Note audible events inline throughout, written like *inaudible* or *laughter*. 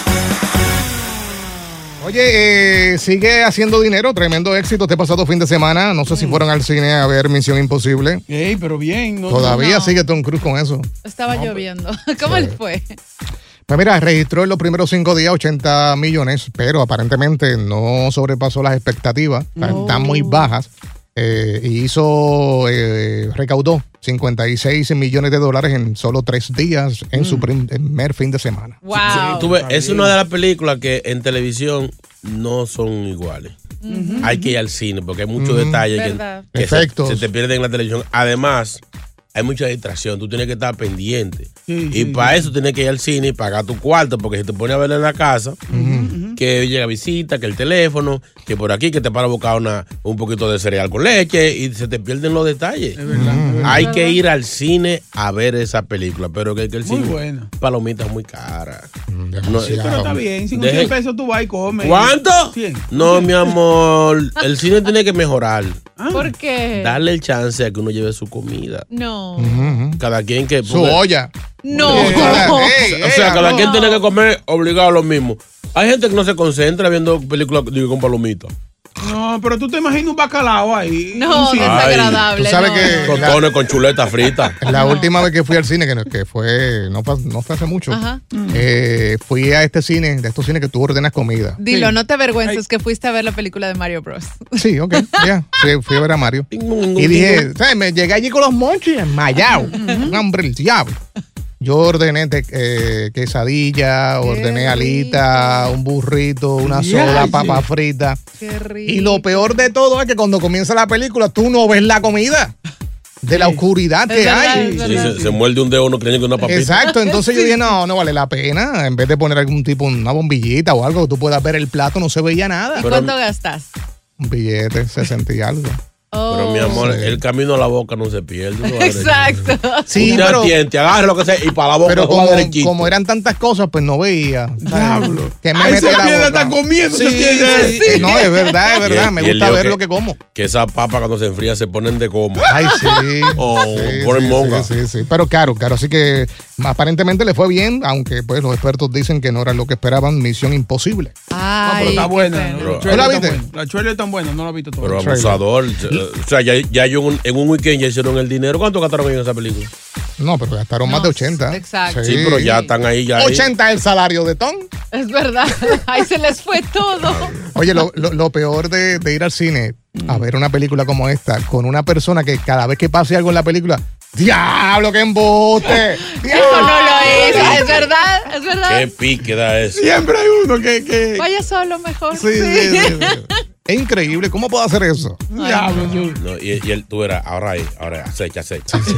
Oye, eh, sigue haciendo dinero, tremendo éxito este pasado fin de semana. No sé si fueron al cine a ver Misión Imposible. Mm. Ey, pero bien, ¿no? Todavía sigue Tom Cruise con eso. Estaba lloviendo. ¿Cómo le fue? Pues mira, registró en los primeros cinco días 80 millones, pero aparentemente no sobrepasó las expectativas, o sea, están muy bajas. Eh, y hizo, eh, recaudó 56 millones de dólares en solo tres días en Mm. su prim- primer fin de semana. Wow. Tú ves, es una de las películas que en televisión no son iguales. Hay que ir al cine porque hay muchos detalles Verdad. que- que, se, Efectos. se te pierden en la televisión. Además, hay mucha distracción. Tú tienes que estar pendiente. y para eso tienes que ir al cine y pagar tu cuarto porque si te pones a verla en la casa, que llega visita, que el teléfono, que por aquí, que te para a buscar una, un poquito de cereal con leche y se te pierden los detalles. Hay que ir al cine a ver esa película, pero que, que el Muy cine... buena. Palomitas muy caras. Mm, Demasiado. Pero está bien, si con Deje- 100 pesos tú vas y comes. ¿Cuánto? 100. No, mi amor. El cine tiene que mejorar. ¿Por qué? Darle el chance a que uno lleve su comida. No. Cada quien que. Mm. Su olla. No. Eh, ey, o ey, sea, cada no. quien tiene que comer obligado lo mismo. Hay gente que no se concentra viendo películas digo, con palomitas. No, pero tú te imaginas un bacalao ahí. No, Un cine. Ay, desagradable. tú sabes no, que- no. Con tones, con chuletas *laughs* fritas. La última vez que fui al cine, que, no- que fue, no, pas- no fue hace mucho, Ajá. eh, fui a este cine, de estos cines que tú ordenas comida. Dilo, no te avergüences que fuiste a ver la película de Mario Bros. Sí, ok, ya. Fui, fui a ver a Mario. Y dije, ¿sabes? Me llegué allí con los monchis enmayado. Un hombre, el diablo. Yo ordené te- eh, quesadilla, ordené alita, un burrito, una Ya, sola, sí. papa frita. Qué rico. Y lo peor de todo es que cuando comienza la película, tú no ves la comida. De la oscuridad Es que verdad, hay. es Sí, verdad. se, se muerde un dedo uno creyendo que es una papita. Exacto, *laughs* entonces yo dije, no, no vale la pena. En vez de poner algún tipo, una bombillita o algo que tú puedas ver el plato, no se veía nada. ¿Y cuánto gastas? Un billete, se sentía algo. Pero Oh, *laughs* mi amor, el camino a la boca no se pierde. tú sabes. Exacto. Sí, Usted pero, atiente, agarre lo que sea y para la boca pero juega como, derechito. como eran tantas cosas, pues no veía. Diablo. Que me Ay, mete esa la mierda boca. está comiendo. Sí, se tiene- sí, No, es verdad, es verdad. Y Me el- y el gusta lío ver que- lo que como. Que esas papas cuando se enfrían se ponen de como. Ay, *laughs* sí. O Sí, ponen sí, Oh, monga. sí, sí, sí. Pero claro, claro. Así que aparentemente le fue bien, aunque pues los expertos dicen que no era lo que esperaban. Misión imposible. No, pero Ay, está qué buena. pena. ¿no? ¿Tú Los la chuelos están viste? buenos. La chuela es tan buena, no la he visto Pero todavía. abusador. O sea, ya, ya hay un- en un weekend ya hicieron el dinero. ¿Cuánto gastaron ellos en esa película? No, pero gastaron más No, de 80. exacto. Sí, pero ya están ahí. Ya ahí. 80 es el salario de Tom. Es verdad. *laughs* Ahí se les fue todo. Oye, lo, lo- lo peor de, de ir al cine a ver una película como esta con una persona que cada vez que pase algo en la película, ¡Diablo, *laughs* que embuste! Eso no Ah, ¡Diablo! lo hizo. Es verdad, es verdad. Qué pique da eso. Siempre hay uno que. que... Vaya solo mejor. Sí, sí, sí, sí. Es increíble, ¿cómo puedo hacer eso? Diablo, tú. No, y, y él, tú eras, ahora ahí, ahora acecha, acecha. *laughs* Sí,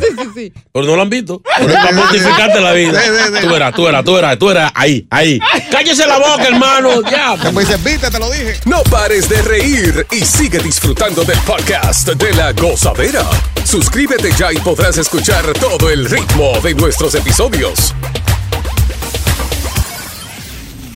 sí, sí. Pero no lo han visto. Pero *laughs* está mortificante la vida. Tú eras, tú eras, tú eras, tú eras ahí, ahí. Cállese la boca, hermano. Ya. Después dices, viste, te lo dije. No pares de reír y sigue disfrutando del podcast de la gozadera. Suscríbete ya y podrás escuchar todo el ritmo de nuestros episodios.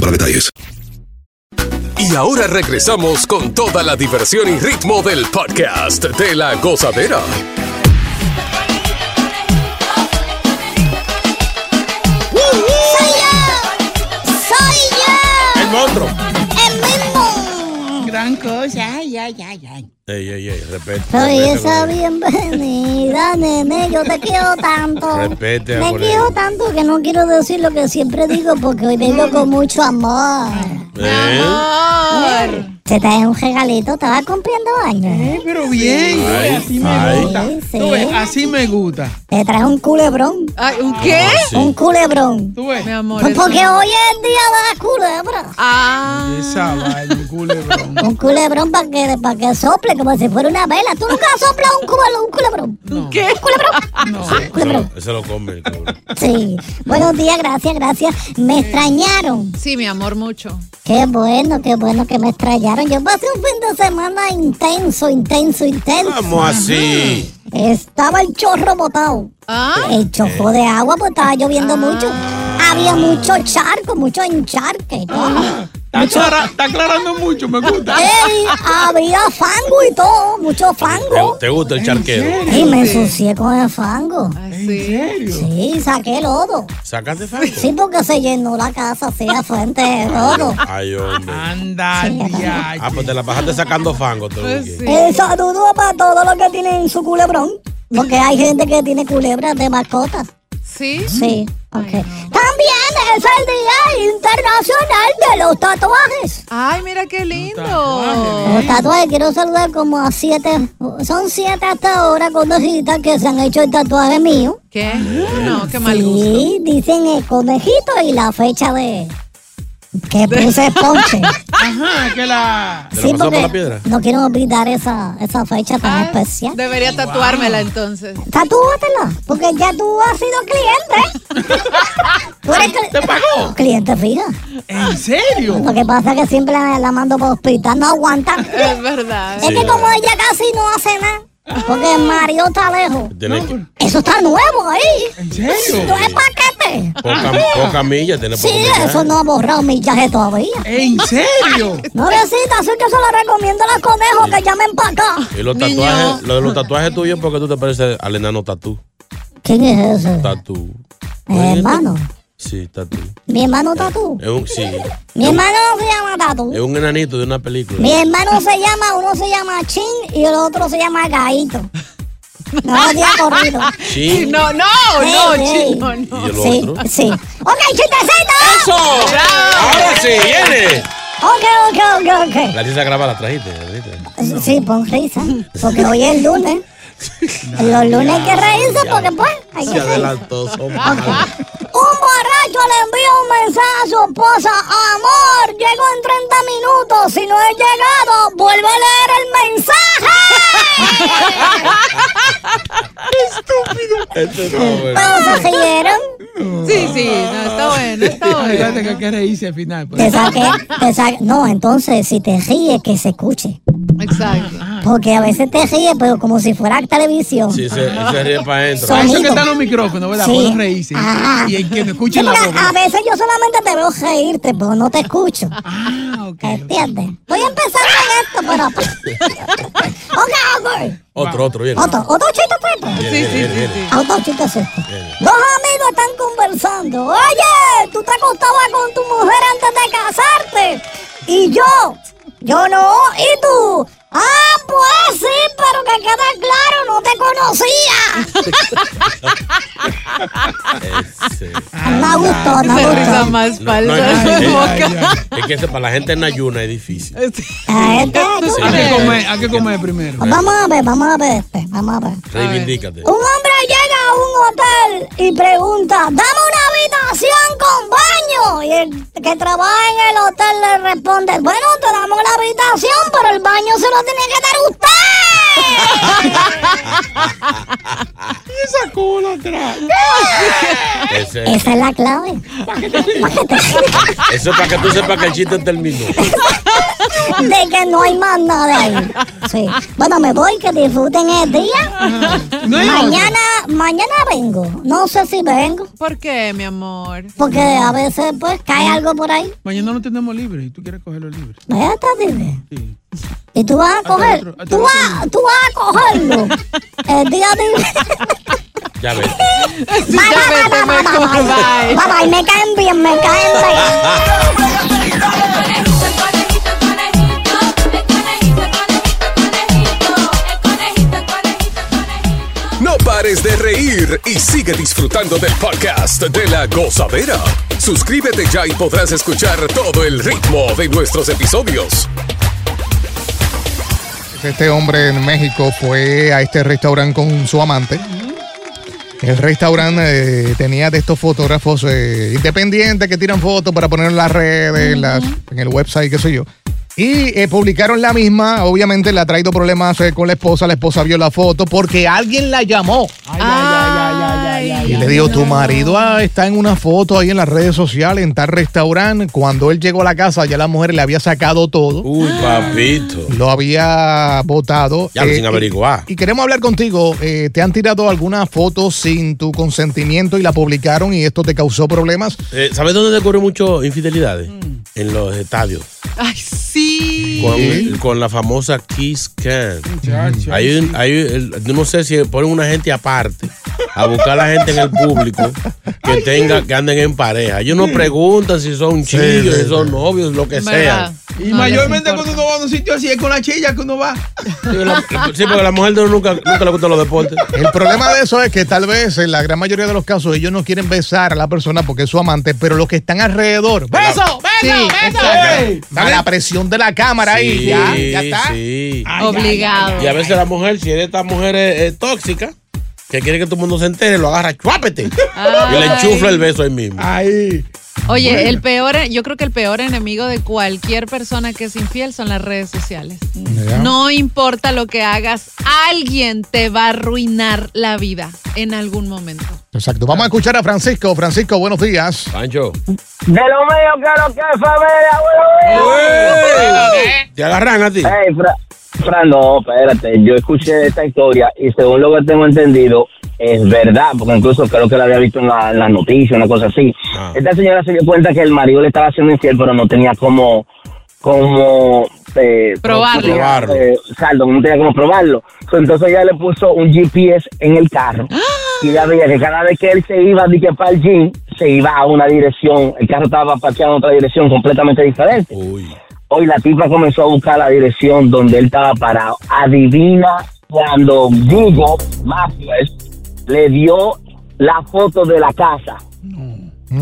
para detalles. Y ahora regresamos con toda la diversión y ritmo del podcast de la gozadera. ¡Soy yo! ¡El monstruo! ¡El mismo! Gran cosa, ay, ay, ay, ay. Ey, ey, ey, respete. Soy respete, esa güey. bienvenida, nene. Yo te quiero tanto. Respete, Me güey. quiero tanto que no quiero decir lo que siempre digo porque hoy vengo con mucho amor. ¿Eh? Amor. Se te un regalito, te vas cumpliendo años. ¿eh? Pero bien, güey, así me ay. gusta. Sí, Tú ves, sí. así me gusta. Te traes un culebrón. Ay, ¿Un qué? Un culebrón. Tú ves. Mi amor. Pues eso Porque no- hoy es el día de la culebra. Ah. Esa vaina, un culebrón. Un culebrón para que, pa' que sople como si fuera una vela. Tú nunca has soplado un, cubalo- un culebrón. ¿Qué? Un Eso culebrón. lo- Eso lo come el cabrón. Sí. Buenos días, gracias, gracias. Me extrañaron. Sí, mi amor, mucho. Qué bueno, qué bueno que me extrañaron. Yo pasé un fin de semana intenso, intenso, intenso. ¿Cómo así? Estaba el chorro botado. Ah. El chorro de agua, pues estaba lloviendo mucho. Ah. Había mucho charco, mucho encharque. ¿no? Está, aclara- está aclarando mucho, me gusta. *laughs* Ey, había fango y todo, mucho fango. ¿Te, te gusta el charquero? Y me ensucié con el fango. Ay, sí. Sí, saqué lodo. ¿Sacaste fango? Sí, porque se llenó la casa así a fuente de lodo. Ay, hombre. Anda, ya. Ah, pues te la pasaste sacando fango todo el Pues weekend. sí. Eh, saludo para todos los que tienen su culebrón. Porque hay gente que tiene culebras de mascotas. Sí. Sí, ok. También es el Día Internacional de los Tatuajes. Ay, mira qué lindo. Los tatuajes, quiero saludar como a siete, son siete hasta ahora conejitas que se han hecho el tatuaje mío. ¿Qué? No, qué mal gusto. Sí, dicen el conejito y la fecha de que puse ponche. *laughs* Ajá, que la. ¿Te la pasó por la piedra? no quiero olvidar esa, esa fecha tan Ah, especial. Debería tatuármela entonces. Tatúatela, porque ya tú has sido cliente. *laughs* tú eres cli- ¿Te pagó? cliente fija. ¿En serio? Lo que pasa es que siempre la, la mando para hospital, no aguanta. Es verdad. es que como ella casi no hace nada, porque Mario está lejos. Tienes eh, que- Eso está nuevo ahí. ¿En serio? No es paquete. Poca, poca milla tienes Sí, poca milla. eso no ha borrado millaje todavía. ¿En serio? *laughs* No necesita, así que se lo recomiendo a los conejos que llamen para acá. Y los Niño. tatuajes, lo de los tatuajes tuyos, porque tú te pareces al enano tatú. ¿Quién es ese? Tatú. Mi hermano. Sí, tatú. Mi hermano Tatu. Es un, sí, Mi hermano no se llama es Tatu. un enanito de una Mi película. hermano se llama, uno se llama Chin y el otro se llama Gaito. No lo diga *laughs* corrido. Sí, No, no, no, chino, no. y el Sí, otro. sí. Ok, chistecito. ¡Eso! ¡Ahora sí, viene! Ok, ok, ok, ok. La risa graba la trajiste, la trajiste. Sí, pon risa. Porque hoy es lunes. *laughs* Los lunes hay que reírse porque pues hay Se que reírse. adelantó, son malos. Un borracho le envía un mensaje a su esposa. Amor, llego en 30 minutos. Si no he llegado, vuelve a leer el mensaje. Este no, güey. Todos se siguieron. Sí, sí, no, está bueno, está Ay, bueno. fíjate que qué reírse al final. pues. Te saqué, te saqué. No, entonces, si te ríes, que se escuche. Exacto. Porque a veces te ríes, pero como si fuera televisión. Sí, se, Ah. se ríe para adentro. Son- Eso que están los micrófonos, ¿verdad? Sí. Puedo reírse. Ajá. Y el que me Sí, escuche la porque boca. a veces yo solamente te veo reírte, pero no te escucho. Ah, ok. ¿Entiendes? Estoy empezando en esto, pero. *laughs* ok, ok. Otro, otro, viene. Otro, otro chiste, pues. Viene, Ah, Sí, sí, viene, sí, viene. sí. Auto, chicas, esto. Dos este. amigos están pensando, oye, tú te acostabas con tu mujer antes de casarte. Y yo, yo no, y tú. Ah, pues sí, pero que quede claro, no te *laughs* *laughs* conocía. me gustó, Esa me risa gustó. más No, no, falsa no, de eh, boca. Es que eso para la gente en ayuna es difícil. Ah, Sí. Hay que comer, hay que comer primero. Vamos a ver, vamos a ver, este, vamos a ver. Reivindícate. Un hombre llega a un hotel y pregunta, dame una habitación con baño. Y el que trabaja en el hotel le responde, bueno, te damos la habitación, pero el baño se lo tiene que dar *laughs* esa cola atrás? usted. Ese- Esa es la clave. Eso es para que tú sepas que el chiste terminó. De que no hay más nada ahí. Sí. Bueno, me voy, que disfruten el día. No hay Mañana, mañana vengo. No sé si vengo, ¿Por qué, mi amor? porque a veces pues cae algo por ahí. Mañana no tenemos libre y tú quieres cogerlo libre. Vete, dime. Sí. Y tú vas a coger, otro, hasta tú el vas, tú vas a cogerlo. El día de... Ya ves. Sí, ya pues, vete, mejor, bye. Bye, bye, me caen bien, me caen bien. No pares de reír y sigue disfrutando del podcast de la gozadera. Suscríbete ya y podrás escuchar todo el ritmo de nuestros episodios. Este hombre en México fue a este restaurante con su amante. El restaurante eh, tenía de estos fotógrafos eh, independientes que tiran fotos para poner en las redes, en, las- en el website, qué sé yo. Y eh, publicaron la misma. Obviamente le ha traído problemas eh, con la esposa. La esposa vio la foto porque alguien la llamó. Y le dijo, tu marido ah, está en una foto ahí en las redes sociales, en tal restaurante. Cuando él llegó a la casa, ya la mujer le había sacado todo Uy, papito. lo había votado. eh, Ya lo sin averiguar. Y, y queremos hablar contigo. Eh, te han tirado algunas fotos sin tu consentimiento y la publicaron y esto te causó problemas. Eh, ¿Sabes dónde ocurre mucho infidelidades? Mm. En los estadios. Ay, sí. Con, Sí. con la famosa Kiss Can. Muchacho. Hay un, hay un- el- yo no sé si ponen una gente aparte a buscar a la gente en el público que tenga, que anden en pareja. Ellos no preguntan si son chillos, sí, si son novios, lo que ¿Verdad? sea. Y mayormente cuando uno va a un sitio así es con la chilla que uno va. Sí, la- sí, porque a la mujer de uno nunca, nunca le gustan los deportes. El problema de eso es que tal vez en la gran mayoría de los casos ellos no quieren besar a la persona porque es su amante, pero los que están alrededor. ¡Beso! ¡Beso! ¡Ey! A la presión de la cámara ahí. Sí, Ya, ya está. sí. Obligado. Y a veces la mujer, si esta mujer es, es tóxica, que quiere que todo el mundo se entere, lo agarra, chuápete. Y le Ay. enchufla el beso ahí mismo. Ahí. Oye, el peor, yo creo que el peor enemigo de cualquier persona que es infiel son las redes sociales. No importa lo que hagas, alguien te va a arruinar la vida en algún momento. Exacto. Vamos a escuchar a Francisco. Francisco, buenos días. Pancho. De lo mío, claro que es familia, bueno, Te agarran a ti. Ey, Fra- Fran, no, espérate, yo escuché esta historia y según lo que tengo entendido, es verdad, porque incluso creo que la había visto en, la- en las noticias, una cosa así. Ah. Esta señora se dio cuenta que el marido le estaba haciendo infiel, pero no tenía como, como eh, Probarlo. no tenía, Probarlo. eh, saldo, no tenía como probarlo. So, Entonces ella le puso un GPS en el carro y ella veía que cada vez que él se iba de que para el gym, se iba a una dirección, el carro estaba parqueado en otra dirección completamente diferente. Uy. Hoy la tipa comenzó a buscar la dirección donde él estaba parado. Adivina cuando Google Maps le dio la foto de la casa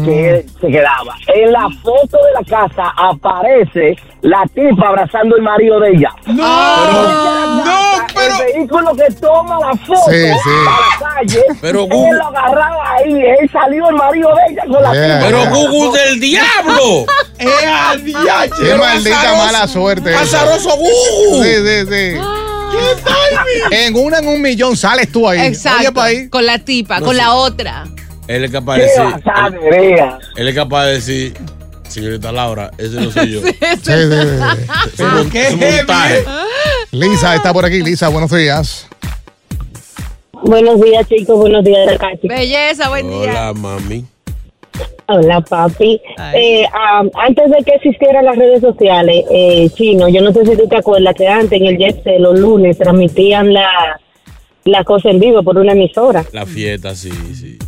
que él Mm. se quedaba. En la foto de la casa aparece la tipa abrazando el marido de ella. No, no, pero. El vehículo que toma la foto Sí, sí. a la *laughs* calle, Pero Google- él lo agarraba ahí, él salió el marido de ella con la Yeah. tipa. Pero Google *laughs* del diablo. ¡Eh, al diache! Qué maldita mala suerte. Azaroso Sí, Google. sí, sí. En una en un millón sales tú ahí. Oye, Exacto. pa' ahí. Con la tipa, No con sé. la otra. Él es capaz de ¡Qué decir. Él, basadería! él es capaz de decir, señorita Laura, ese no soy yo. *laughs* Sí, sí, sí. Es un mon- Ah, qué es un montaje. Lisa está por aquí. Lisa, buenos días. Buenos días, chicos. Buenos días, Cachi. Belleza, buen día. Hola, mami. Hola, papi. Ay. Eh, am, antes de que existieran las redes sociales, eh, Chino, yo no sé si tú te acuerdas que antes en el Jet Set, los lunes transmitían la, la cosa en vivo por una emisora. La fiesta, sí, sí.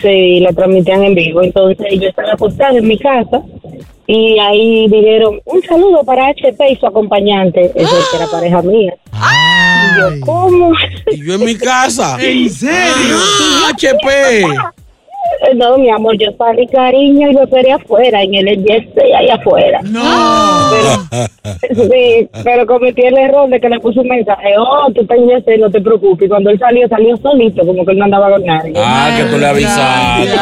Sí, la transmitían en vivo. Entonces yo estaba acostada en mi casa y ahí dijeron un saludo para HP y su acompañante. Eso es que era pareja mía. Y yo, ¿cómo? Y yo en mi casa. ¿En serio? HP. Eh, No, mi amor, yo salí cariño y lo esperé afuera, en el Jesse ahí afuera. No. Pero, sí, pero cometí el error de que le puse un mensaje, oh, tú estás en Jesse, no te preocupes. Y cuando él salió, salió solito, como que él no andaba con nadie. Ah, que tú le avisaste.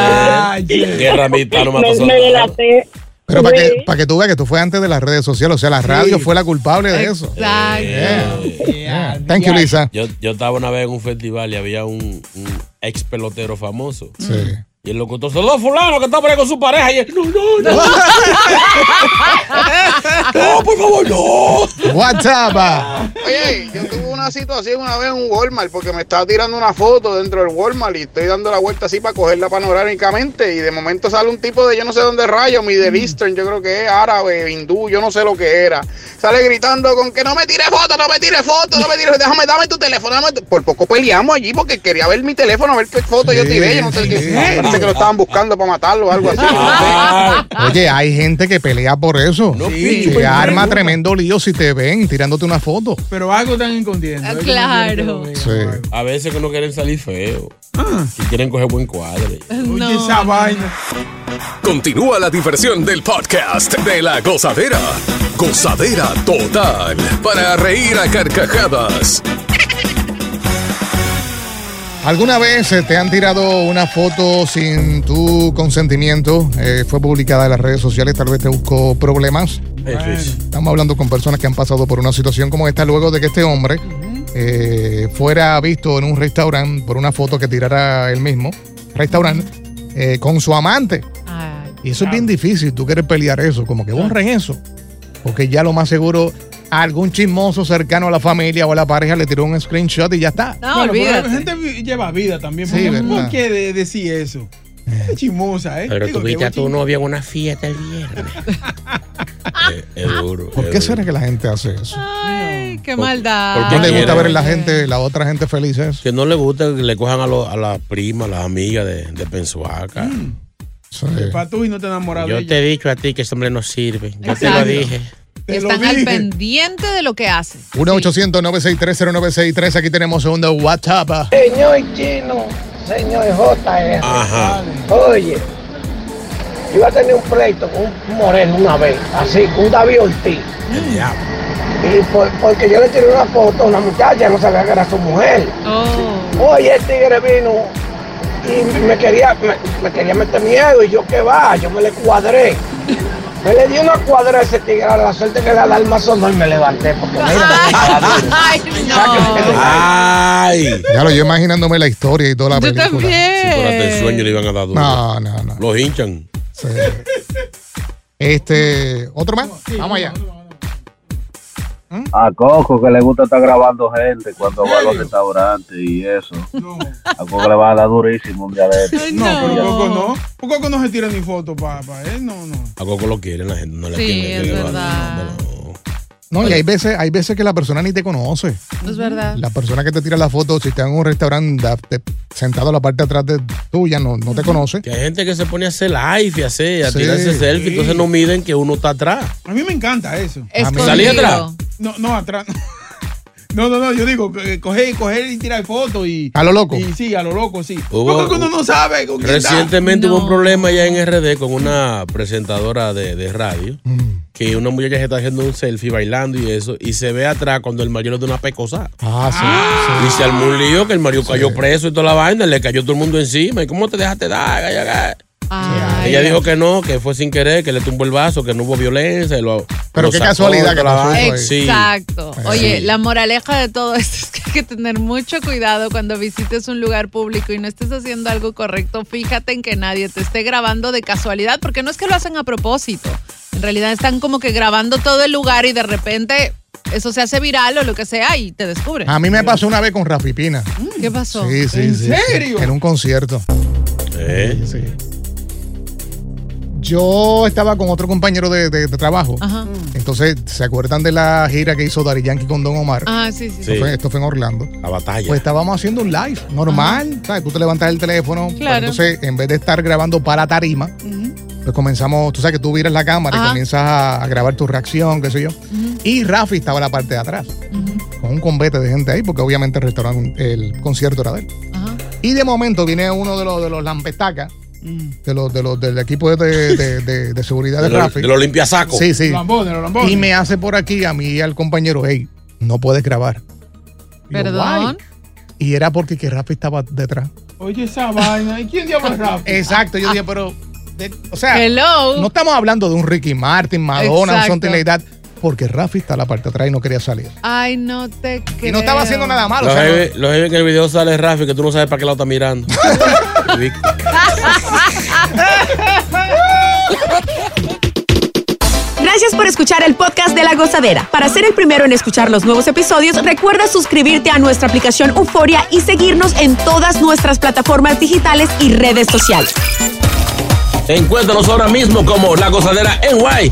Qué ramita, no me pasó me, me nada. delaté. Pero para que, para que tú veas que tú fue antes de las redes sociales, o sea, la radio fue la culpable de eso. Thank you, Lisa. Yo, yo estaba una vez en un festival y había un, un ex pelotero famoso. Sí. Y el locutor, saludos fulano que está por ahí con su pareja. Y él, no, no, no. *laughs* no, por favor, no. WhatsApp. ah. Oye, yo tuve una situación una vez en un Walmart porque me estaba tirando una foto dentro del Walmart y estoy dando la vuelta así para cogerla panorámicamente y de momento sale un tipo de yo no sé dónde rayo, mi Mm. del Eastern, yo creo que es árabe, hindú, yo no sé lo que era. Sale gritando con que no me tire foto, no me tire foto, no me tire déjame, dame tu teléfono. dame tu-". Por poco peleamos allí porque quería ver mi teléfono, a ver qué foto yo tiré, yo no sé qué. Parece que lo estaban buscando para matarlo o algo así. Oye, hay gente que pelea por eso. Sí. pues, Se arma tremendo lío si te ven tirándote una foto. Pero algo están escondiendo. algo Ah, Claro. Sí. A veces que no quieren salir feo. Y quieren coger buen cuadro. escondiendo. Oye, esa vaina. Continúa la diversión del podcast de la gozadera. Gozadera total. Para reír a carcajadas. ¿Alguna vez eh, te han tirado una foto sin tu consentimiento? Eh, fue publicada en las redes sociales, tal vez te buscó problemas. Estamos hablando con personas que han pasado por una situación como esta luego de que este hombre eh, fuera visto en un restaurante por una foto que tirara él mismo, restaurante, eh, con su amante. Y eso es bien difícil, tú quieres pelear eso, como que borren eso. Porque ya lo más seguro, algún chismoso cercano a la familia o a la pareja le tiró un screenshot y ya está. No, Claro, pero olvídate. La gente vi- lleva vida también. Sí, porque verdad. ¿Por qué de- decir eso? Es chismosa, ¿eh? Pero Digo, tuviste qué a tu novia en una fiesta el viernes. *laughs* es, es duro. ¿Por es qué duro. será que la gente hace eso? Ah. Ay, qué maldad. No le gusta quiere? ver a la gente, la otra gente feliz eso. Que no le gusta que le cojan a, los- a las primas, las amigas de, de Pensuaca. Sí. bochín. Pa' tú y no te enamoras de Yo ella. te he dicho a ti que ese hombre no sirve. Yo Exacto. te lo dije. Te lo Están al dije. pendiente de lo que hacen. 1-800-963-0963. Aquí tenemos un WhatsApp. Señor chino, señor JR. Ajá. Oye, yo iba a tener un pleito con un moreno una vez, así, con un David Ortiz. El diablo. Y por- porque yo le tiré una foto a una muchacha, no sabía que era su mujer. Oh. Oye, el tigre vino y me quería, me, me quería meter miedo y yo qué va, yo me le cuadré. Me le di una cuadra a ese tigre, a la suerte que la alarma sonó y me levanté, *laughs* porque mira, Ay, no. ¡Ay! Ya lo yo imaginándome la historia y toda la Yo película. Si fuera del también. sueño le iban a dar duro. Eh. No, no, no. Los hinchan. Sí. Este, otro más. Vamos allá. A Coco que le gusta estar grabando gente cuando va a los restaurantes y eso. No, A Coco le va a dar durísimo un día de esto. Ay, no, pero Coco no. no. Por Coco no se tira ni foto, papá. ¿eh? No, no. A Coco lo quieren, la gente no le Sí, quieren. es que le van- verdad. no, No, y hay veces, hay veces que la persona ni te conoce. Es verdad. La persona que te tira la foto, si está en un restaurante da- te- sentado a la parte de atrás de tuya, no, no te conoce. Que hay gente que se pone a hacer live y así, a Sí. tirarse selfie, Sí. entonces no miden que uno está atrás. A mí me encanta eso. Escondido. ¿Salí atrás? No, no, atrás. *laughs* No, no, no, yo digo, eh, coger, coger y tirar fotos y. A lo loco. Y sí, a lo loco, sí. Hubo- Porque uno no sabe con quién está. Recientemente No. hubo un problema ya en RD con una presentadora de, de radio, Mm. que una muchacha se está haciendo un selfie bailando y eso, y se ve atrás cuando el mayor es de una pecosa. Ah, sí. Y se armó un lío que el Mario cayó preso y toda la vaina, le cayó todo el mundo encima. ¿Y cómo te dejaste dar? Ay, ay, ay. Ay, Ella dijo que no, que fue sin querer, que le tumbó el vaso, que no hubo violencia. y lo- Pero lo qué sacó, casualidad que toda la pasó vaina. eso ahí. Sí. Exacto. Oye, la moraleja de todo esto es que hay que tener mucho cuidado cuando visites un lugar público y no estés haciendo algo correcto. Fíjate en que nadie te esté grabando de casualidad, porque no es que lo hacen a propósito. En realidad están como que grabando todo el lugar y de repente eso se hace viral o lo que sea y te descubren. A mí me pasó una vez con Rafi Pina. ¿Qué pasó? Sí, sí, ¿En sí. serio? En un concierto. Eh, Sí. Yo estaba con otro compañero de, de- de trabajo. Entonces, ¿se acuerdan de la gira que hizo Dari Yankee con Don Omar? Ah, sí, sí. Esto, fue, esto fue en Orlando. La batalla. Pues estábamos haciendo un live normal. ¿sabes? Tú te levantas el teléfono. pues, Claro. entonces, en vez de estar grabando para tarima, pues comenzamos. Tú sabes que tú viras la cámara Ajá. y comienzas a, a grabar tu reacción, qué sé yo. Y Rafi estaba en la parte de atrás, con un combate de gente ahí, porque obviamente el restaurante, el concierto era de él. Y de momento viene uno de los, de los lampetacas, de los, de los, del equipo de, de- de- de seguridad De de, los- Rafi. de los limpiasacos. Sí, sí. Los lambones, los lambones. Y me hace por aquí a mí y al compañero, hey, no puedes grabar. Y yo, Perdón. Y era porque que Rafi estaba *laughs* detrás. Oye, esa vaina. ¿Y quién diablos rap? Exacto, yo dije, pero. O sea, Hello. no estamos hablando de un Ricky Martin, Madonna, un Exacto. something like that, porque Rafi está a la parte de atrás y no quería salir. Ay, no te creo. no estaba haciendo nada malo, Los jefes los jefes que el video sale Rafi, que tú no sabes para qué lado está mirando. *laughs* Gracias por escuchar el podcast de La Gozadera. Para ser el primero en escuchar los nuevos episodios, recuerda suscribirte a nuestra aplicación Euforia y seguirnos en todas nuestras plataformas digitales y redes sociales. Encuéntranos ahora mismo como La Gozadera en Guay.